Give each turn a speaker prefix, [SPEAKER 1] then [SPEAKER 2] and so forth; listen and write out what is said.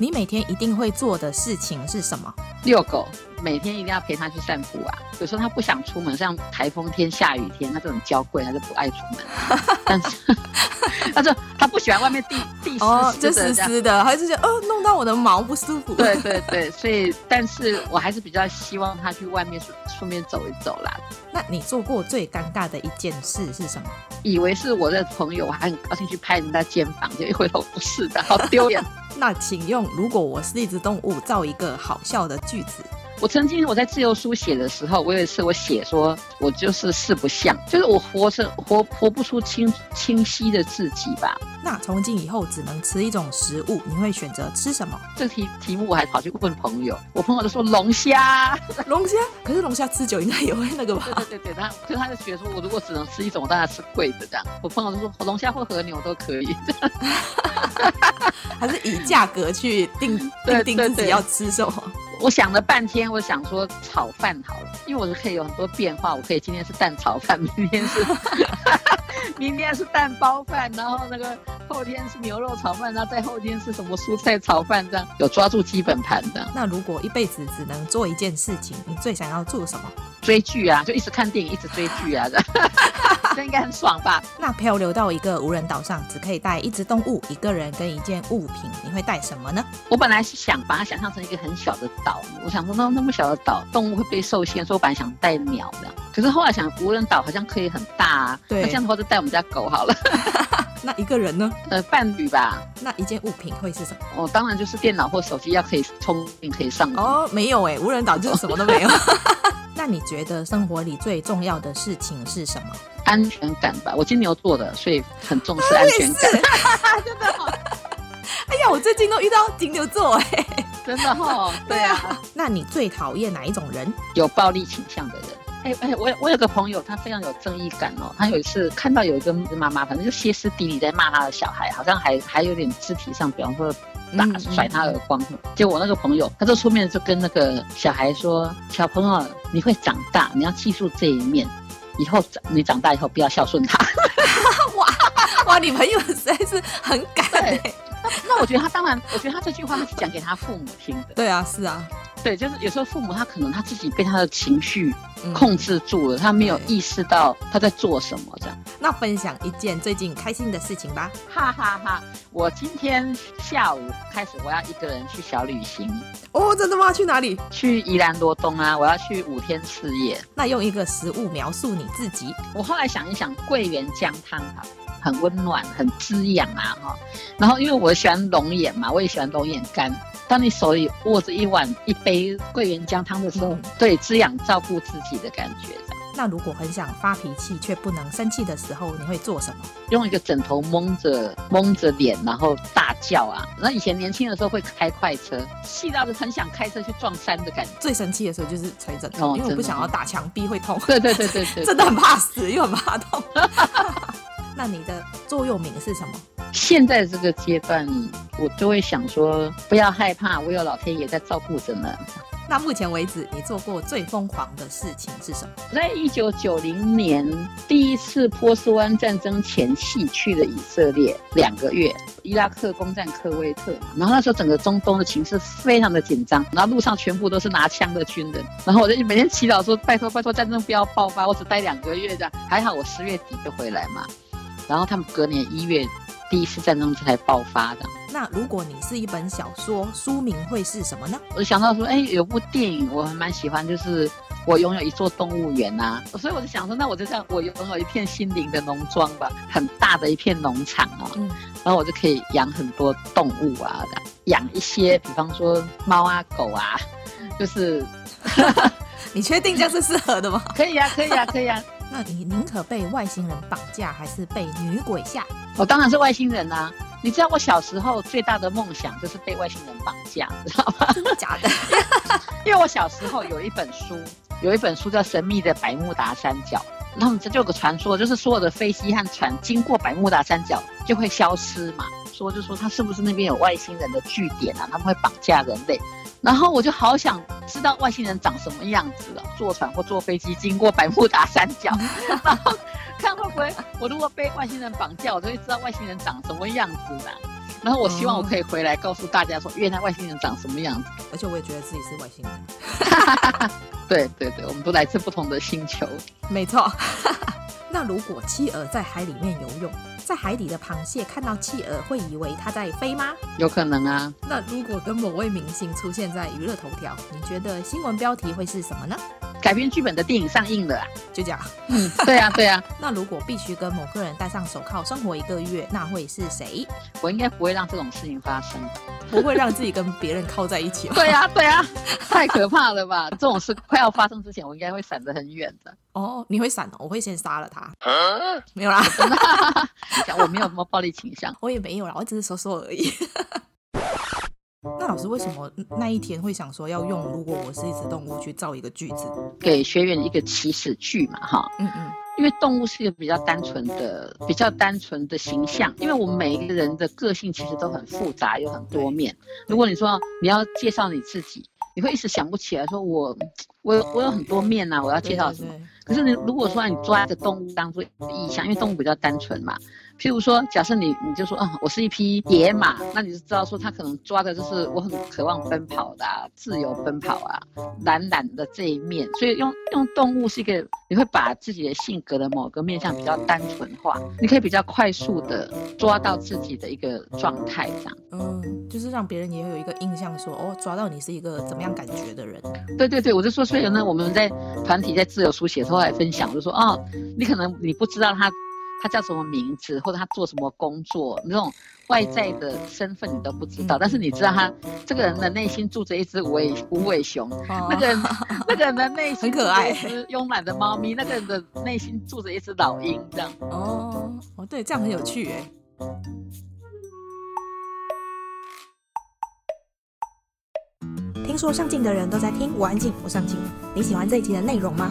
[SPEAKER 1] 你每天一定会做的事情是什 么？
[SPEAKER 2] 遛狗，每天一定要陪它去散步啊。有时候它不想出门，像台风天、下雨天，它就很娇贵，它就不爱出门。但是， 它就它不喜欢外面地地
[SPEAKER 1] 哦，
[SPEAKER 2] 湿
[SPEAKER 1] 就
[SPEAKER 2] 湿
[SPEAKER 1] 湿
[SPEAKER 2] 的这样。
[SPEAKER 1] 湿的，还是觉得哦，弄到我的毛不舒服。
[SPEAKER 2] 对对对，所以，但是我还是比较希望它去外面顺顺便走一走啦。
[SPEAKER 1] 那你做过最尴尬的一件事是什么？
[SPEAKER 2] 以为是我的朋友，我还很高兴去拍人家肩膀，就一回头不是的，好丢脸。
[SPEAKER 1] 那请用“如果我是一只动物”造一个好笑的句子。
[SPEAKER 2] 我曾经我在自由书写的时候，我有一次我写说，我就是四不像，就是我活着活活不出清清晰的自己吧。
[SPEAKER 1] 那从今以后只能吃一种食物，你会选择吃什 么？
[SPEAKER 2] 这个题题目我还跑去问朋友，我朋友就说龙虾。
[SPEAKER 1] 龙虾？可是龙虾吃久应该也会那个
[SPEAKER 2] 对
[SPEAKER 1] 吧？
[SPEAKER 2] 对对对，他可是他就觉得说，我如果只能吃一种，我当然吃贵的这样。我朋友就说龙虾或和牛都可以。
[SPEAKER 1] 还是以价格去定定
[SPEAKER 2] 对
[SPEAKER 1] 定
[SPEAKER 2] 对
[SPEAKER 1] 自己
[SPEAKER 2] 对
[SPEAKER 1] 要吃什么？
[SPEAKER 2] 我想了半天，我想说炒饭好了，因为我是可以有很多变化，我可以今天是蛋炒饭，明天是， 明天是蛋包饭，然后那个后天是牛肉炒饭，然后再后天是什么蔬菜炒饭，这样有抓住基本盘的。
[SPEAKER 1] 那如果一辈子只能做一件事情，你最想要做什么？
[SPEAKER 2] 追剧啊，就一直看电影，一直追剧啊，这 这应该很爽吧？
[SPEAKER 1] 那漂流到一个无人岛上，只可以带一只动物、一个人跟一件物品，你会带什么呢？
[SPEAKER 2] 我本来是想把它想象成一个很小的岛，我想说那那么小的岛，动物会被受限，所以我本来想带鸟的，可是后来想无人岛好像可以很大啊，
[SPEAKER 1] 对
[SPEAKER 2] 那这样的话就带我们家狗好了，
[SPEAKER 1] 那一个人呢？
[SPEAKER 2] 呃，伴侣吧。
[SPEAKER 1] 那一件物品会是什么？
[SPEAKER 2] 我、当然就是电脑或手机要可以充电，可以上网。
[SPEAKER 1] 哦，没有哎、无人岛就是什么都没有。 那你觉得生活里最重要的事情是什么？
[SPEAKER 2] 安全感吧。我金牛座的，所以很重视安全感。真的哈、
[SPEAKER 1] 哎呀，我最近都遇到金牛座哎、
[SPEAKER 2] 真的哈、对啊，
[SPEAKER 1] 那你最讨厌哪一种人？
[SPEAKER 2] 有暴力倾向的人。哎哎，我我有个朋友，他非常有正义感哦。他有一次看到有一个妈妈，反正就歇斯底里在骂他的小孩，好像还还有点肢体上，比方说打
[SPEAKER 1] 嗯嗯
[SPEAKER 2] 甩他耳光。结果我那个朋友，他就出面就跟那个小孩说：“小朋友，啊你会长大，你要记住这一面，以后长你长大以后不要孝顺他。”
[SPEAKER 1] 哇，你朋友实在是很敢哎、
[SPEAKER 2] 对那我觉得他当然，我觉得他这句话他是讲给他父母听的。
[SPEAKER 1] 对啊，是啊，
[SPEAKER 2] 对，就是有时候父母他可能他自己被他的情绪
[SPEAKER 1] 嗯
[SPEAKER 2] 控制住了，他没有意识到他在做什么，这样。
[SPEAKER 1] 那分享一件最近开心的事情吧。
[SPEAKER 2] 哈哈哈我今天下午开始，我要一个人去小旅行，
[SPEAKER 1] 哦，真的吗？去哪里？
[SPEAKER 2] 去宜兰罗东啊，我要去五天四夜。
[SPEAKER 1] 那用一个食物描述你自己。
[SPEAKER 2] 我后来想一想，桂圆姜汤哈，很温暖，很滋养啊哈。然后因为我喜欢龙眼嘛，我也喜欢龙眼干。当你手里握着一碗一杯桂圆姜汤的时候，
[SPEAKER 1] 嗯
[SPEAKER 2] 对滋养照顾自己的感觉，这样
[SPEAKER 1] 那如果很想发脾气却不能生气的时候，你会做什么？
[SPEAKER 2] 用一个枕头蒙着蒙着脸，然后大叫啊。那以前年轻的时候会开快车，气到就很想开车去撞山的感觉。
[SPEAKER 1] 最生气的时候就是捶枕头，
[SPEAKER 2] 哦
[SPEAKER 1] 因为我不
[SPEAKER 2] 真的
[SPEAKER 1] 想要打墙壁会痛，
[SPEAKER 2] 对对对对 对，
[SPEAKER 1] 真的很怕死，又很怕痛。 那你的座右铭是什么？
[SPEAKER 2] 现在这个阶段，我就会想说，不要害怕，我有老天爷在照顾着呢。
[SPEAKER 1] 那目前为止你做过最疯狂的事情是什么？
[SPEAKER 2] 我在一九九零年第一次波斯湾战争前夕去了以色列两个月，伊拉克攻占科威特嘛，然后那时候整个中东的情势非常的紧张，然后路上全部都是拿枪的军人，然后我就每天祈祷说，拜托拜托战争不要爆发，我只待两个月这样，还好我十月底就回来嘛，然后他们隔年一月第一次战争才爆发的。
[SPEAKER 1] 那如果你是一本小说，书名会是什么呢？
[SPEAKER 2] 我就想到说，哎、有部电影我还蛮喜欢，就是我拥有一座动物园呐、所以我就想说，那我就这样，我拥有一片心灵的农庄吧，很大的一片农场啊，
[SPEAKER 1] 嗯
[SPEAKER 2] 然后我就可以养很多动物啊，养一些，比方说猫啊、狗啊，就是
[SPEAKER 1] 你确定这样是适合的吗？
[SPEAKER 2] 可以啊，可以啊，可以啊。
[SPEAKER 1] 那你宁可被外星人绑架，还是被女鬼吓？
[SPEAKER 2] 我当然是外星人啊。你知道我小时候最大的梦想就是被外星人绑架，你知道吗？
[SPEAKER 1] 真的假的？
[SPEAKER 2] 因为我小时候有一本书，有一本书叫《神秘的百慕达三角》，他们这就有个传说，就是所有的飞机和船经过百慕达三角就会消失嘛。说就说他是不是那边有外星人的据点啊？他们会绑架人类。然后我就好想知道外星人长什么样子了，坐船或坐飞机经过百慕达三角，然后看会不会我如果被外星人绑架，我就会知道外星人长什么样子啦。啊然后我希望我可以回来告诉大家说，原来外星人长什么样子。
[SPEAKER 1] 而且我也觉得自己是外星人，
[SPEAKER 2] 对对对，我们都来自不同的星球。
[SPEAKER 1] 没错。 那如果企鹅在海里面游泳，在海底的螃蟹看到企鹅会以为它在飞吗？
[SPEAKER 2] 有可能啊，
[SPEAKER 1] 那如果跟某位明星出现在娱乐头条，你觉得新闻标题会是什么呢？
[SPEAKER 2] 改编剧本的电影上映了啊。
[SPEAKER 1] 就这样。
[SPEAKER 2] 嗯，对啊，对啊，
[SPEAKER 1] 那如果必须跟某个人戴上手铐生活一个月，那会是谁？
[SPEAKER 2] 我应该不会让这种事情发生。
[SPEAKER 1] 不会让自己跟别人靠在一起吗？
[SPEAKER 2] 对啊，对啊，太可怕了吧！这种事快要发生之前，我应该会闪得很远的。
[SPEAKER 1] 哦，你会闪哦，我会先杀了他。没有啦，
[SPEAKER 2] 你想，我没有什么暴力倾向。
[SPEAKER 1] 我也没有啦，我只是说说而已。 那老师为什么那一天会想说要用“如果我是一只动物”去造一个句子？
[SPEAKER 2] 给学员一个起始句嘛，哈，
[SPEAKER 1] 嗯嗯，
[SPEAKER 2] 因为动物是一个比较单纯的、比较单纯的形象，因为我们每一个人的个性其实都很复杂，有很多面。如果你说你要介绍你自己，你会一时想不起来，说我我有我有很多面呐、啊我要介绍什么？
[SPEAKER 1] 对？
[SPEAKER 2] 可是你如果说你抓一个动物当做意象，因为动物比较单纯嘛，譬如说，假设你你就说啊、我是一匹野马，那你就知道说它可能抓的就是我很渴望奔跑的、啊、自由奔跑啊、懒懒的这一面。所以用用动物是一个，你会把自己的性格的某个面向比较单纯化，你可以比较快速的抓到自己的一个状态这样。
[SPEAKER 1] 嗯，就是让别人也有一个印象说，哦，抓到你是一个怎么样感觉的人。
[SPEAKER 2] 对对对，我就说，所以
[SPEAKER 1] 哦
[SPEAKER 2] 呢，我们在团体在自由书写的时候还分享，我就说哦，你可能你不知道他他叫什么名字，或者他做什么工作，那种外在的身份你都不知道，
[SPEAKER 1] 嗯
[SPEAKER 2] 但是你知道他这个人的内心住着一只无尾无尾熊，
[SPEAKER 1] 哦
[SPEAKER 2] 那个人那个人的内
[SPEAKER 1] 很
[SPEAKER 2] 心
[SPEAKER 1] 可爱
[SPEAKER 2] 住着一只慵懒的猫咪，那个人的内心住着一只老鹰，这样。
[SPEAKER 1] 哦哦，对，这样很有趣哎。听说上镜的人都在听，我安静，我上镜。你喜欢这一集的内容吗？